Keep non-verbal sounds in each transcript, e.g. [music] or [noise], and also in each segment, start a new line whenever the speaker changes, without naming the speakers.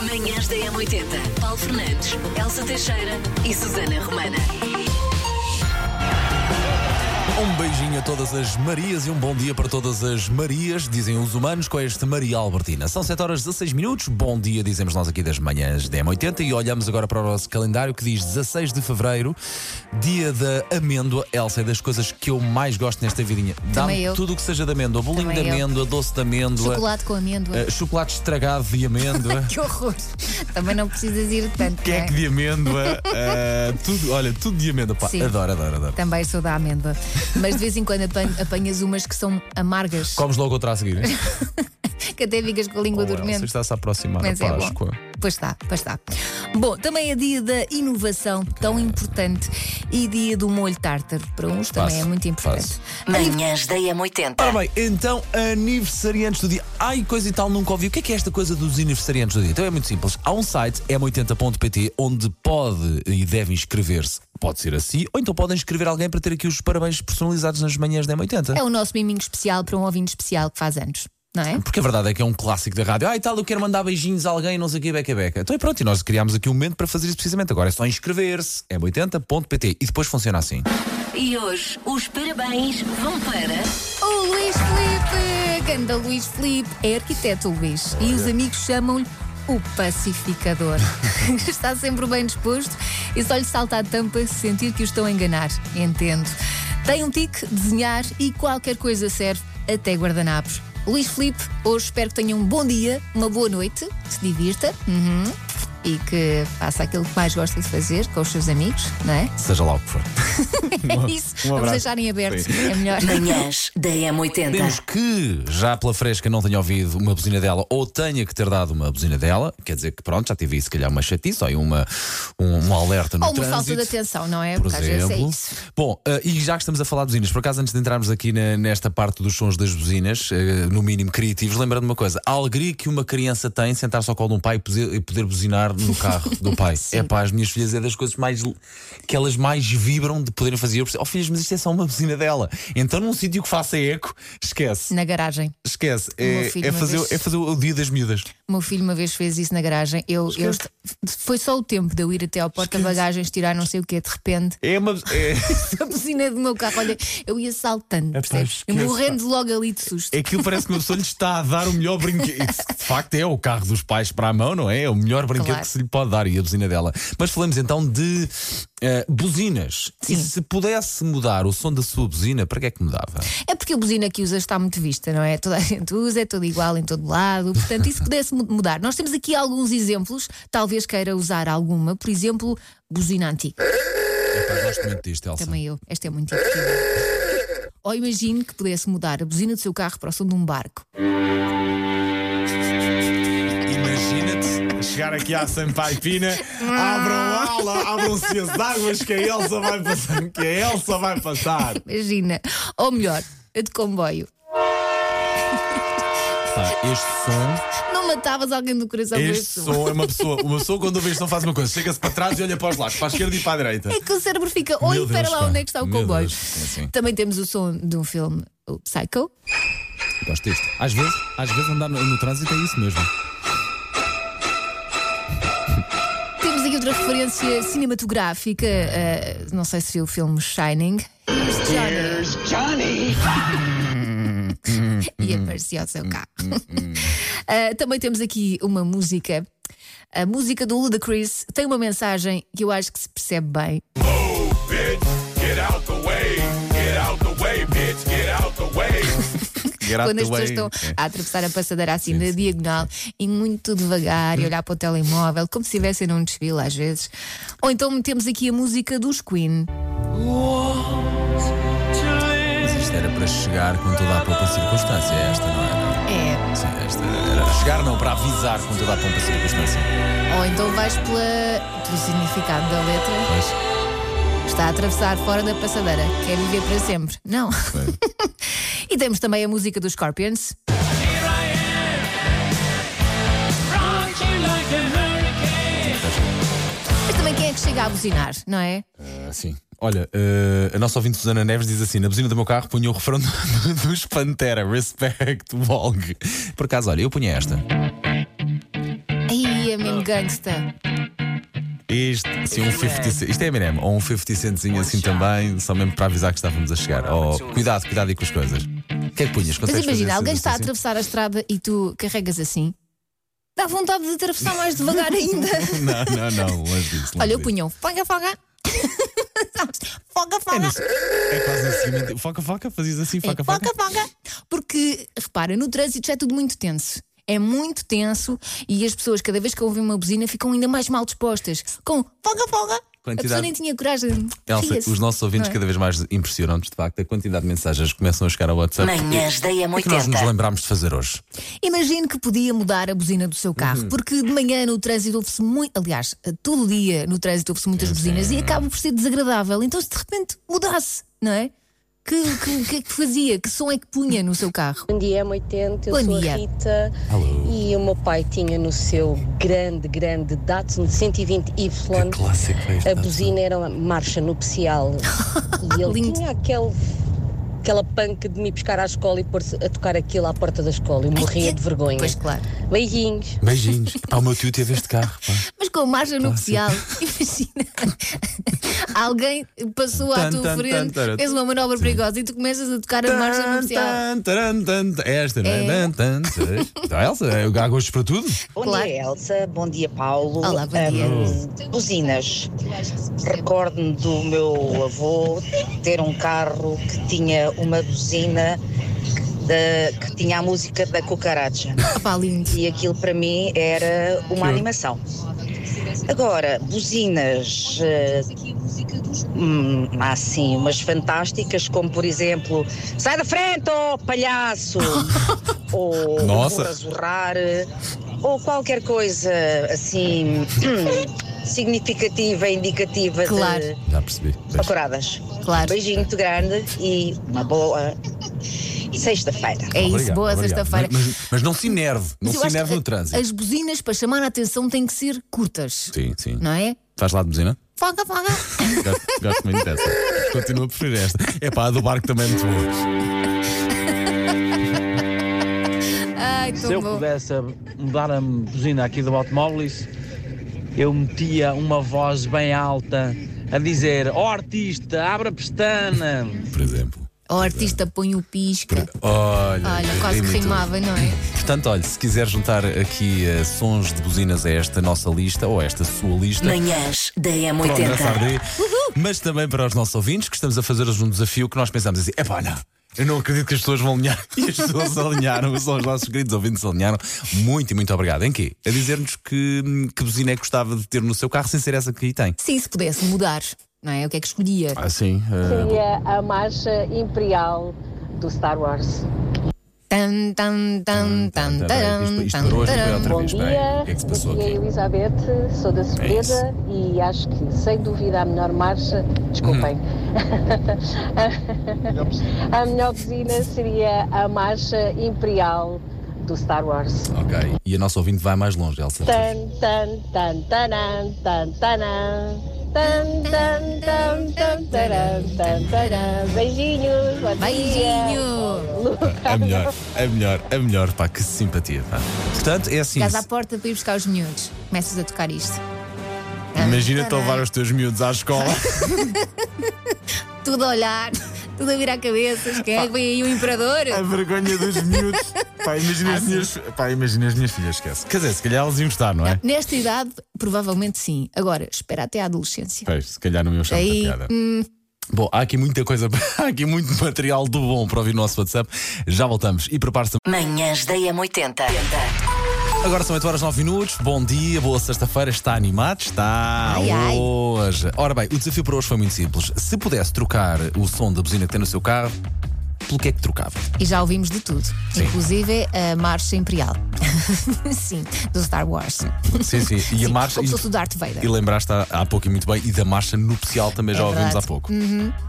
Manhãs da M80. Paulo Fernandes, Elsa Teixeira e Susana Romana.
Um beijinho a todas as Marias e um bom dia para todas as Marias, dizem os humanos, com este Maria Albertina. São 7 horas 16 minutos, bom dia, dizemos nós aqui das manhãs da M80 e olhamos agora para o nosso calendário que diz 16 de fevereiro, dia da amêndoa. Elsa, é das coisas que eu mais gosto nesta vidinha.
Também eu.
tudo o que seja de amêndoa, bolinho
Também
de
eu.
amêndoa, doce de amêndoa,
Chocolate com
[laughs]
amêndoa.
eh, chocolate estragado de
[laughs]
amêndoa. [laughs]
Que horror! Também não precisas ir tanto. não é?
Queque de amêndoa, eh, tudo, olha, tudo de amêndoa, pá,
Sim.
adoro, adoro, adoro.
Também sou da amêndoa. Mas de vez em quando apan- apanhas umas que são amargas,
Comes logo outra a seguir. hein?
[laughs] que até ficas com a língua
Oh, Elsa,
dormente.
está-se a aproximar da
Mas é bom.
Páscoa.
Pois está, pois está. Bom, também é dia da inovação, tão importante, e dia do molho tártaro. Para uns também é
Faço,
muito importante.
faço.
Manhãs da
Ora
M80.
bem, então aniversariantes do dia. Ai, coisa e tal, nunca ouvi. O que é que é esta coisa dos aniversariantes do dia? Então é muito simples. Há um site, m80.pt, onde pode e deve inscrever-se. Pode ser assim, ou então podem inscrever alguém para ter aqui os parabéns personalizados nas manhãs da M80.
É o nosso miminho especial para um ouvinte especial que faz anos, não é?
Porque a verdade é que é um clássico da rádio. Ah, e tal, eu quero mandar beijinhos a alguém, não sei o que, beca, beca. Então é pronto, e nós criámos aqui um momento para fazer isso precisamente. Agora é só inscrever-se, m80.pt, e depois funciona assim.
E hoje os parabéns vão para.
O Luís Felipe! Ganda Luís Felipe é arquiteto Luís e os amigos chamam-lhe o pacificador. [laughs] Está sempre bem disposto e só lhe salta a tampa se sentir que o estão a enganar. Entendo. Tem um tique, desenhar e qualquer coisa serve, até guardanapos. Luís Felipe, hoje espero que tenha um bom dia, uma boa noite, que se divirta uhum, e que faça aquilo que mais gosta de fazer com os seus amigos, não é?
Seja lá o que for.
[laughs] é isso. Vamos deixar em aberto, é melhor.
Manhãs da
Temos
M80.
que, já pela fresca, não tenha ouvido uma buzina dela ou tenha que ter dado uma buzina dela, quer dizer que pronto, já tive aí se calhar uma chatice ou aí uma, um, um alerta no
Ou uma
trânsito.
falta de atenção, não é?
Por
Porque às vezes é
exemplo.
isso.
Bom, eh, e já que estamos a falar de buzinas, por acaso, antes de entrarmos aqui na- nesta parte dos sons das buzinas, eh, no mínimo criativos, lembrando uma coisa: a alegria que uma criança tem sentar-se ao colo de um pai e poder, e poder buzinar
[laughs]
no carro do pai. é pá, as minhas filhas é das coisas mais l- que elas mais vibram de poderem fazer. Eu percebo, oh, filhas, mas isto é só uma buzina dela. Então, num sítio que faça eco, esquece.
Na garagem.
Esquece,
meu
é,
filho
é
uma
fazer,
vez-
é fazer o dia das miúdas.
O meu filho uma vez fez isso na garagem. Eu, eu
Esquece.
est- foi só o tempo de eu ir até ao porta-bagagens tirar não sei o quê, de repente, [laughs]
É uma. É,
a buzina do meu carro, olha, eu ia saltando,
pá,
percebes? Eu
esquece,
morrendo logo ali de susto.
aquilo parece É que uma pessoa lhe está a dar o melhor brinquedo. De facto, é o carro dos pais para a mão, não é? É o melhor brinquedo
Claro.
que se lhe pode dar e a buzina dela. Mas falamos então de eh, buzinas. E
Sim.
se pudesse mudar o som da sua buzina, para que é que mudava?
É porque a buzina que usa está muito vista, não é? Toda a gente usa, é tudo igual em todo lado. Portanto, isso pudesse mu- mudar. Nós temos aqui alguns exemplos, talvez queira usar alguma, por exemplo, buzina antiga.
Eu gosto muito disto, Elsa.
Também eu. Esta é muito divertida. Ou imagine que pudesse mudar a buzina do seu carro para o som de um barco.
Imagina-te chegar aqui à Sampaio Pina, abram aula, abram-se as águas que a Elsa vai passar, que a Elsa vai passar.
Imagina. Ou melhor, a de comboio.
Pá, este som,
Não matavas alguém do coração com
Este
este som.
som é uma pessoa, uma pessoa quando vê isto não faz uma coisa, chega-se para trás e olha para os lados, para a esquerda e para a direita.
É que o cérebro fica. Olha
Meu
para
Deus,
lá
pá.
onde é que está o
Meu
comboio.
Deus, sim, sim.
Também temos o som de um filme, o Psycho.
gosto disto. Às vezes, às vezes andar no, no trânsito é isso mesmo.
Temos aqui outra referência cinematográfica. eh, não sei se viu o filme Shining. Here's Johnny.
Here's Johnny.
e aparecia ao seu carro. [laughs] Ah, também temos aqui uma música. A música do Ludacris tem uma mensagem que eu acho que se percebe bem.
Get out the way, get out the way, bitch, get out the way. Get out
Quando
the
as pessoas
way.
estão
é.
a atravessar a passadeira assim na diagonal e muito devagar e olhar para o telemóvel, como se estivessem num desfile às vezes. Ou então temos aqui a música dos Queen.
Mas isto era para chegar com toda a poupa circunstância, esta não era?
É.
Sim, esta era para chegar, não, para avisar com toda a pompa e circunstância.
Ou então vais pela, pelo significado da letra.
Pois.
Está a atravessar fora da passadeira. Quer viver para sempre. Não. [laughs] e temos também a música dos Scorpions. Mas também quem é que chega a buzinar, não é?
ah, Sim. Olha, eh, a nossa ouvinte Susana Neves diz assim: na buzina do meu carro punha o refrão do- dos Pantera, Respect, Volg. Por acaso, olha, eu punha esta.
Aí é mesmo gangsta.
Isto, assim, um 50 cent- Isto é Eminem, ou um 50 centzinho assim também, só mesmo para avisar que estávamos a chegar. Oh, cuidado, cuidado aí com as coisas. O que é que punhas?
Mas
Consegues fazer assim?
imagina,
esse
alguém está a
exercício?
atravessar a estrada e tu carregas assim. Dá vontade de atravessar mais
[laughs]
devagar ainda.
Não, não, não, longe disso. longe
Olha, o
disso.
punhão. Foga, foga. [laughs] foga, foga.
É quase assim. Foca, foca, fazias assim, foca,
É,
foca.
foca, foca. Porque, repara, no trânsito já é tudo muito tenso. É muito tenso e as pessoas, cada vez que ouvem uma buzina, ficam ainda mais mal dispostas. Com foga, foga. A
Quantidade-
pessoa nem tinha coragem.
Elsa,
Ria-se.
os nossos ouvintes
Não é?
cada vez mais impressionam-nos, de facto, a quantidade de mensagens que começam a chegar ao WhatsApp.
Manhãs da
O que é que nós nos
M80.
lembrámos de fazer hoje?
Imagino que podia mudar a buzina do seu carro,
Uhum.
porque de manhã no trânsito ouve-se muito. Aliás, eh, todo dia no trânsito ouve-se muitas buzinas e
é.
acaba por ser desagradável. Então, se de repente mudasse, não é? Que, que, que é que fazia? Que som é que punha no seu carro?
Bom Um dia, M80, eu
Bom
sou
dia.
a Rita e o meu pai tinha no seu grande, grande Datsun 120Y.
clássico é
A buzina era uma
[laughs]
marcha nupcial e ele
Lindo.
tinha aquele, aquela panca de me buscar à escola e pôr-se a tocar aquilo à porta da escola. Eu morria de vergonha.
Pois claro.
Beijinhos.
Beijinhos. Pá, o meu tio teve este carro. pá.
Mas com margem nupcial, [laughs] imagina. Alguém passou à
Tan,
tua
tan,
frente,
tan, tan.
fez uma manobra perigosa e tu começas a tocar a margem
Tan,
nupcial.
tan, taran, tan, tan. Esta, não
É.
é? Tan, tan, tan. Então, Elsa, é, há gostos para tudo?
Bom
Claro.
dia, Elsa. Bom dia, Paulo.
Olá, bom dia.
Ahm, buzinas. Recordo-me do meu avô ter um carro que tinha uma buzina da- que tinha a música da cucaracha.
Opa, lindo.
E aquilo para mim era uma animação. Agora, buzinas. eh, hum, há assim umas fantásticas, como por exemplo: sai da frente, oh palhaço! ou
Nossa.
"Vou-te azurrar, ou qualquer coisa assim significativa, indicativa
Claro.
de
Já percebi. Pois.
procuradas.
Claro.
Beijinho muito grande e uma boa sexta-feira.
É isso,
Obrigado,
boa
obrigado.
sexta-feira.
Mas, mas- mas não se enerve, não
Mas eu
se
acho
enerve
que
no trânsito.
As buzinas para chamar a atenção têm que ser curtas,
Sim, sim.
não é?
Faz lá de buzina?
Foga, foga.
Gosto, gosto muito dessa. Continuo a preferir esta. É pá, a do barco também é muito boa.
Ai,
Se eu
tão bom.
pudesse eh, mudar a buzina aqui do automóveis, eu metia uma voz bem alta a dizer: Ó artista, abre a pestana!
Por exemplo.
O artista põe o pisca.
Olha,
Olha, quase
rima e
que
tudo.
rimava, não é?
Portanto, olha, se quiser juntar aqui eh, sons de buzinas a esta nossa lista ou a esta sua lista.
Manhãs da
para o André
M80.
Sardé, mas também para os nossos ouvintes que estamos a fazer hoje um desafio que nós pensamos assim: é pá, não. Eu não acredito que as pessoas vão alinhar. [laughs] E as pessoas alinharam, só os nossos queridos ouvintes alinharam. Muito e muito obrigado. Em quê? A dizer-nos que, hum, que buzina é que gostava de ter no seu carro sem ser essa que aí tem.
Sim, se pudesse mudar, não é? O que é que escolhia?
Ah, sim. eh,
Seria a marcha imperial do Star Wars.
Tan, tan, tan, tan,
Espera aí,
taran,
isto- Isto
tan,
para hoje foi
taran.
outra
Bom
vez. Espera aí,
dia,
O que é que se
eu
passou
sou a
aqui? É
Elizabeth, sou da Segredo e acho que sem dúvida a melhor marcha, desculpem,
Uhum.
[laughs] a melhor buzina seria a marcha imperial do Star Wars.
Ok. E a nossa ouvinte vai mais longe, Elsa.
Tan, tan, tan, tanan, tan, tanan. Tan, tan, tan, tan, taran, tan, taran. Beijinhos, bom dia.
Beijinho!
É melhor, é melhor, é melhor, pá, que simpatia, pá. Portanto, é assim.
Estás à porta para ir buscar os miúdos. Começas a tocar isto.
Imagina-te a levar os teus miúdos à [laughs] escola.
Tudo a olhar, [laughs] tudo a virar cabeças. Quem é que vem aí o imperador?
A vergonha dos miúdos. Pá, imagina, as minhas, pá, imagina as minhas filhas, esquece.
Quer dizer, se calhar eles iam estar, não é?
Nesta idade, provavelmente sim. Agora, espera até à adolescência.
Pois, se calhar não iam achar muita
Aí, hum.
piada. Bom, há aqui muita coisa, [laughs] há aqui muito material do bom para ouvir no nosso WhatsApp. Já voltamos e prepare-se.
Manhãs da M80.
Agora são 8 horas 9 minutos. Bom dia, boa sexta-feira. Está animado? Está
Ai, ai.
hoje. Ora bem, o desafio para hoje foi muito simples. Se pudesse trocar o som da buzina que tem no seu carro, pelo que é que trocava?
E já ouvimos de tudo, inclusive a Marcha Imperial. [laughs] sim, do Star Wars.
Sim, sim. E a
Sim,
marcha.
Como se fosse o
E,
Darth Vader.
e lembraste há, há pouco e muito bem, e da marcha nupcial também já
É
ouvimos
verdade.
há pouco.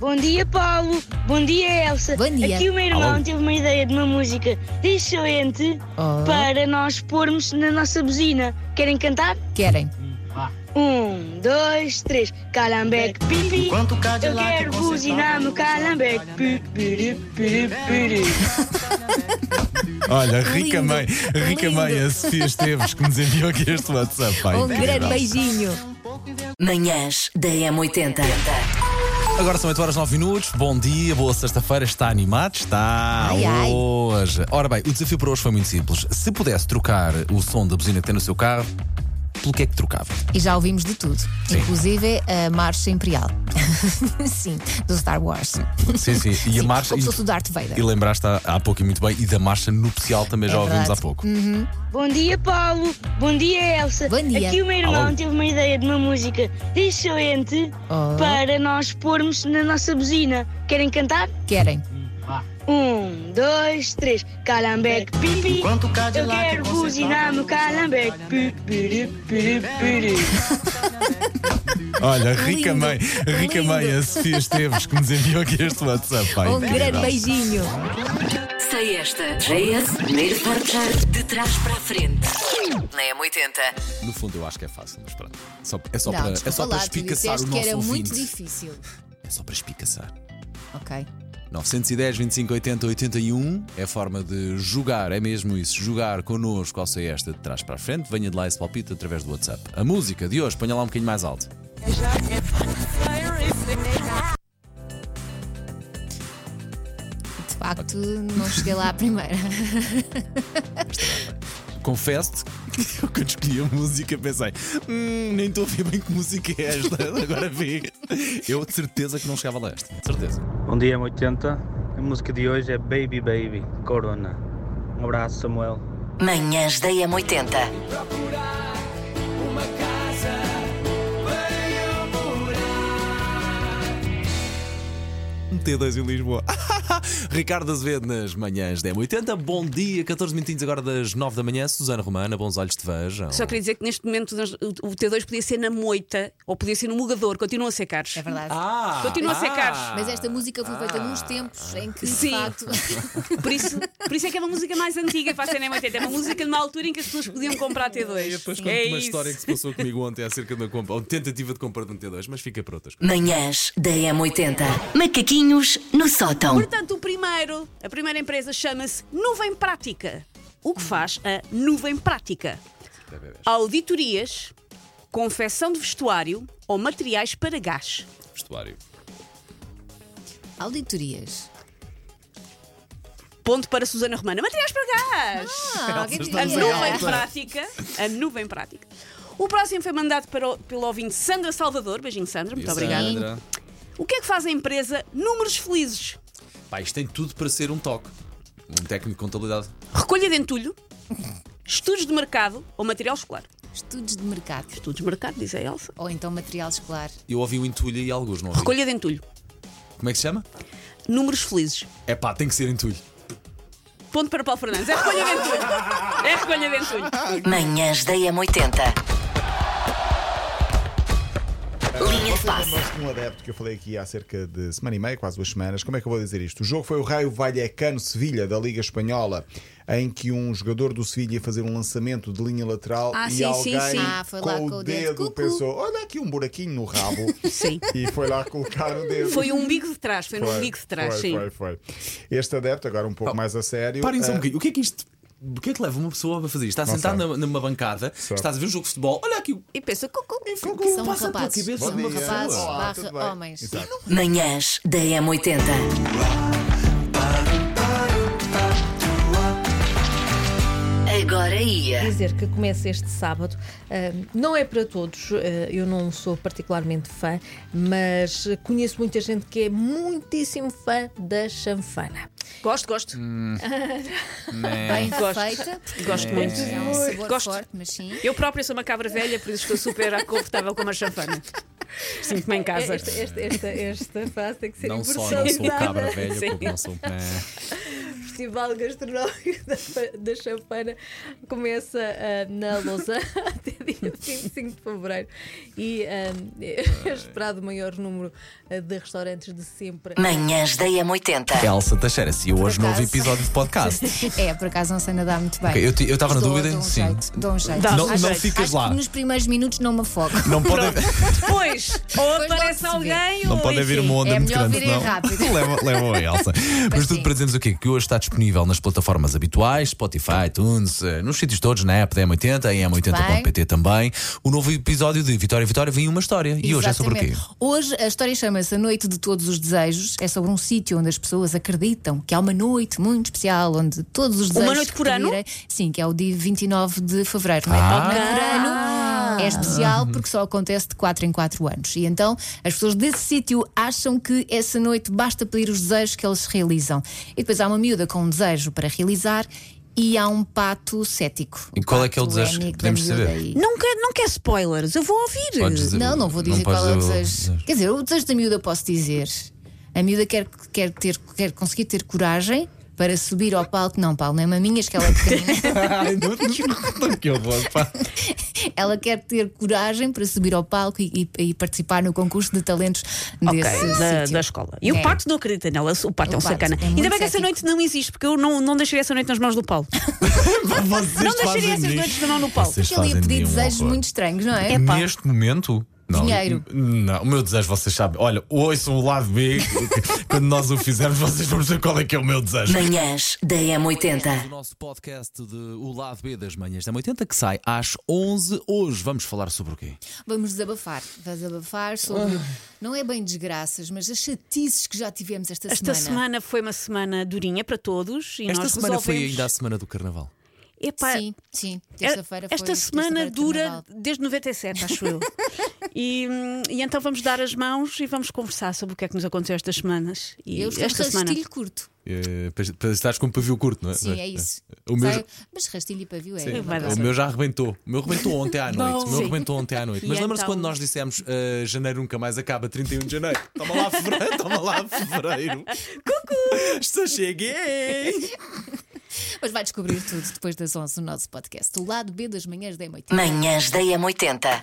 Bom dia, Paulo. Bom dia, Elsa.
Bom dia.
Aqui o meu irmão
Alô.
teve uma ideia de uma música excelente
Oh.
para nós pormos na nossa buzina. Querem cantar?
Querem?
Um, dois, três. Calhambeque, pipi. Eu quero buzinar no calhambeque. Pi, piri, piri, piri.
Olha, rica
Lindo,
mãe, rica
lindo.
mãe, a Sofia Esteves, que nos enviou aqui este WhatsApp. Pai,
Um grande beijinho.
Manhãs da M80.
Agora são 8 horas 9 minutos. Bom dia, boa sexta-feira. Está animado? Está
Ai, ai.
hoje. Ora bem, o desafio para hoje foi muito simples. Se pudesse trocar o som da buzina que tem no seu carro, pelo que é que trocava?
E já ouvimos de tudo, inclusive a Marcha Imperial. [laughs] Sim, do Star Wars.
Sim, sim. E a
[laughs] Sim,
marcha.
Como se fosse o
E,
Darth Vader.
e lembraste há, há pouco e muito bem. E da marcha nupcial também já
É
ouvimos há
verdade.
pouco.
Bom dia, Paulo. Bom dia, Elsa.
Bom dia.
Aqui o meu irmão
Alô.
teve uma ideia de uma música excelente
Oh.
para nós pormos na nossa buzina. Querem cantar?
Querem?
Um, dois, três. Calhambeque, pipi. Eu quero buzinar no Calhambeque. pi, piri, piri, piri.
Olha, rica
Lindo,
mãe, rica
lindo.
mãe, a Sofia Esteves, que nos enviou aqui este WhatsApp. Pai,
Um grande beijinho.
Sei esta. JS, primeiro forte de trás para a frente. Na M80.
No fundo, eu acho que é fácil, mas pronto. Só- é só,
Não,
para, é
desculpa
só
lá,
para
tu
espicaçar o
disseste
nosso
que era
ouvinte.
muito difícil.
É só para espicaçar.
Ok.
910 25 80 81 é a forma de jogar, é mesmo isso, jogar connosco ao sei esta de trás para a frente. Venha de lá esse palpite através do WhatsApp. A música de hoje, ponha lá um bocadinho mais alto.
De facto, não cheguei lá à primeira. [laughs] é
Confesso-te que [laughs] eu, quando escolhi a música, pensei: hum, nem estou a ver bem que música é esta, [laughs] agora vi. Eu de certeza que não chegava lá esta, de certeza.
Bom dia, 80. A música de hoje é Baby Baby, Corona. Um abraço, Samuel.
Manhãs da M80.
T2 em Lisboa. [laughs] Ricardo Azevedo nas manhãs da 80 Bom dia, 14 minutinhos agora das 9 da manhã. Susana Romana, bons olhos te vejam.
Só queria dizer que neste momento nas- o o T2 podia ser na moita ou podia ser no mugador, continuam a ser caros.
É verdade.
Ah,
Continua a ser caro.
Mas esta música foi
Ah.
feita nos tempos em que, de
Sim.
facto, [laughs]
Por isso, por isso é que é uma música mais antiga para a cena 80. É uma música de uma altura em que as pessoas podiam comprar T2.
Depois conto
é
uma
isso.
história que se passou comigo ontem acerca da compra, ou tentativa de compra de um T2, mas fica para outras coisas.
Manhãs da M80. Macaquinhos no sótão.
Portanto, o primeiro, a primeira empresa chama-se Nuvem Prática. O que faz a Nuvem Prática? Auditorias, confecção de vestuário ou materiais para gás.
Vestuário.
auditorias.
Ponto para Susana Romana. Materiais para gás!
Ah, alguém
a
diria.
nuvem prática. A nuvem prática. O próximo foi mandado para o- pelo ouvinte Sandra Salvador. Beijinho, Sandra. Muito
é.
obrigada. O que é que faz a empresa Números Felizes?
Pá, isto tem tudo para ser um toque. Um técnico de contabilidade.
Recolha de entulho, estudos de mercado ou material escolar?
Estudos de mercado.
Estudos de mercado, diz a Elsa.
Ou então material escolar.
Eu ouvi o entulho e alguns, não ouvi.
Recolha de entulho,
Como é que se chama?
Números Felizes.
É pá, tem que ser entulho.
Ponto para Paulo Fernandes. É recolha de entulho. É recolha de entulho.
Manhãs da M80. Linha de passe.
Lembram-se de um adepto que eu falei aqui há cerca de semana e meia, quase duas semanas. Como é que eu vou dizer isto? O jogo foi o Raio Vallecano Sevilha da Liga Espanhola, em que um jogador do Sevilha ia fazer um lançamento de linha lateral
Ah,
e
sim,
alguém
sim, sim.
Ah, foi lá
com, o dedo,
cucu.
pensou: olha aqui um buraquinho no rabo
Sim.
e foi lá colocar o dedo.
Foi um umbigo de trás, foi, um
Foi,
umbigo de trás,
foi,
sim.
foi, foi. Este adepto, agora um pouco mais a sério.
Parem só
ah,
um bocadinho. O que é que isto. O que é que leva uma pessoa a fazer isto? Está
Não
sentado
sei.
na- numa bancada, estás a ver um jogo de futebol, olha aqui.
E pensa, cucu.
Enfim, o que é que
São
passa pela
rapazes.
cabeça
bom
de uma
dia.
pessoa?
Rapazes
Olá,
barra
tudo bem? Tá.
homens.
Exato.
Manhãs da M80. Agora ia.
dizer que começa este sábado. Ahm, não é para todos, eh, eu não sou particularmente fã, mas eh, conheço muita gente que é muitíssimo fã da chanfana.
Gosto, gosto.
Bem
Gosto.
feita.
Gosto muito.
É um sabor
Gosto.
forte, mas sim.
Eu própria sou uma cabra velha, por isso estou super confortável com uma chanfana. Sinto-me em casa.
Esta, esta, esta, esta frase tem É que ser
Não só não sou
impersonalizada.
cabra velha,
Sim.
como não sou.
Festival [laughs] Gastronómico da, da Champana começa ah, na Lausanne [laughs] até dia 25 de fevereiro. E hum, é [laughs] esperado o maior número eh, de restaurantes de sempre.
Manhãs da M80.
[laughs] Elsa Teixeira, se eu hoje não houve
acaso.
episódio de podcast.
É, por acaso não sei nadar muito bem.
Ok, eu ti- eu estava na
Mas dou-
dúvida,
dou um
sim.
jeito, dou um jeito.
Dá-se Não- um não
jeito.
ficas
Acho
lá.
que nos primeiros minutos não me afogo. [laughs]
Não podem-
Depois,
Oh,
ou
Depois
aparece
logo se vê.
alguém,
Não
ou
pode haver
enfim.
uma onda
é
muito
melhor
grande,
virem
não. [laughs]
rápido.
leva, leva a
[laughs]
Elsa. Mas tudo para dizermos o quê? Que hoje está disponível nas plataformas habituais, Spotify, iTunes, eh, nos sítios todos, na app da M80, em m80.pt também. O novo episódio de Vitória Vitória vem uma história. E hoje é sobre o quê?
Exatamente. Hoje a história chama-se A Noite de Todos os Desejos. É sobre um sítio onde as pessoas acreditam que há uma noite muito especial onde todos os desejos.
noite
que
por ano?
pedirem- Sim, que é o dia 29 de fevereiro. Não é?
Ah.
Uma noite por ano é especial porque só acontece de 4 em 4 anos. E então as pessoas desse sítio acham que essa noite basta pedir os desejos que eles realizam. E depois há uma miúda com um desejo para realizar. E há um pato cético.
E qual é que é o
pato
desejo que
amigo da
podemos
miúda
saber?
e-
Não quer, não quer spoilers, eu vou ouvir.
Podes dizer-
não, não vou dizer
não
qual
podes
é o
dizer-
desejo. Quer dizer, o desejo da miúda eu posso dizer. A miúda quer, quer, ter, quer conseguir ter coragem para subir ao palco. Não, Paulo, não é maminhas que ela é
[laughs]
pequenina.
[laughs] Ai, não te que horror, pá.
ela quer ter coragem para subir ao palco e, e- e participar no concurso de talentos
Ok,
desse
da,
sítio.
da escola. E
É.
o pato não acredita nela, o pato
O
é
pato
um sacana.
é
Ainda
muito
bem que essa
cético.
noite não existe, porque eu não, não deixaria essa noite nas mãos do Paulo. não deixaria essas noites na mão do Paulo.
Vocês
Porque ele ia
fazem de
pedir
mim um
desejos
horror.
muito estranhos, não é?
Epá.
Neste momento. Não,
Dinheiro.
n- Não, o meu desejo, vocês sabem. Olha, ouçam o lado B. que quando nós o fizermos, vocês vão ver qual é que é o meu desejo.
Manhãs da
O
M80.
nosso podcast de O Lado B das Manhãs da 80 que sai às 11 hoje. Vamos falar sobre o quê?
Vamos desabafar. Vamos desabafar sobre.
Ah.
Não é bem desgraças, mas as chatices que já tivemos esta,
Esta semana foi uma semana durinha para todos e
Esta
nós
semana foi
resolvemos-
ainda a semana do Carnaval.
Epá,
Sim, sim. Terça-feira
Esta
foi.
semana
terça-feira de
dura
carnaval.
desde 97,
[laughs]
acho eu. e, hum, e então vamos dar as mãos e vamos conversar sobre o que é que nos aconteceu estas semanas. E
Eu
esta
estou com
semana.
rastilho curto.
Eh, para, para estares com pavio curto, não é?
Sim, é isso.
O meu,
Sai- Mas rastilho e pavio é.
Sim,
uma
vai dar
o
coisa.
meu já arrebentou. O meu arrebentou ontem
[laughs]
à noite. O meu
Sim.
arrebentou ontem à noite.
E
Mas lembra-se
então?
quando nós dissemos eh, janeiro nunca mais acaba, 31 de janeiro. Toma lá [laughs] fevereiro, toma lá fevereiro. Cucu! Estou cheguei!
Mas vai descobrir tudo depois das 11 no nosso podcast. O lado B das manhãs da noite.
Manhãs da M80.